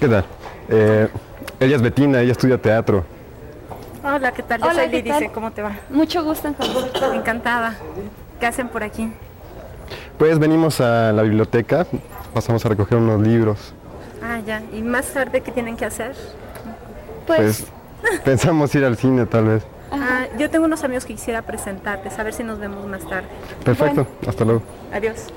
¿Qué tal? Eh, ella es Betina, ella estudia teatro. Hola, ¿qué tal? Yo Hola, soy ¿qué Lili, tal? sé ¿cómo te va? Mucho gusto en conocerte. Encantada. ¿Qué hacen por aquí? Pues venimos a la biblioteca, pasamos a recoger unos libros. Ah, ya. ¿Y más tarde qué tienen que hacer? Pues, Pues pensamos ir al cine tal vez. Ah, yo tengo unos amigos que quisiera presentarte, a ver si nos vemos más tarde. Perfecto, hasta luego. Adiós.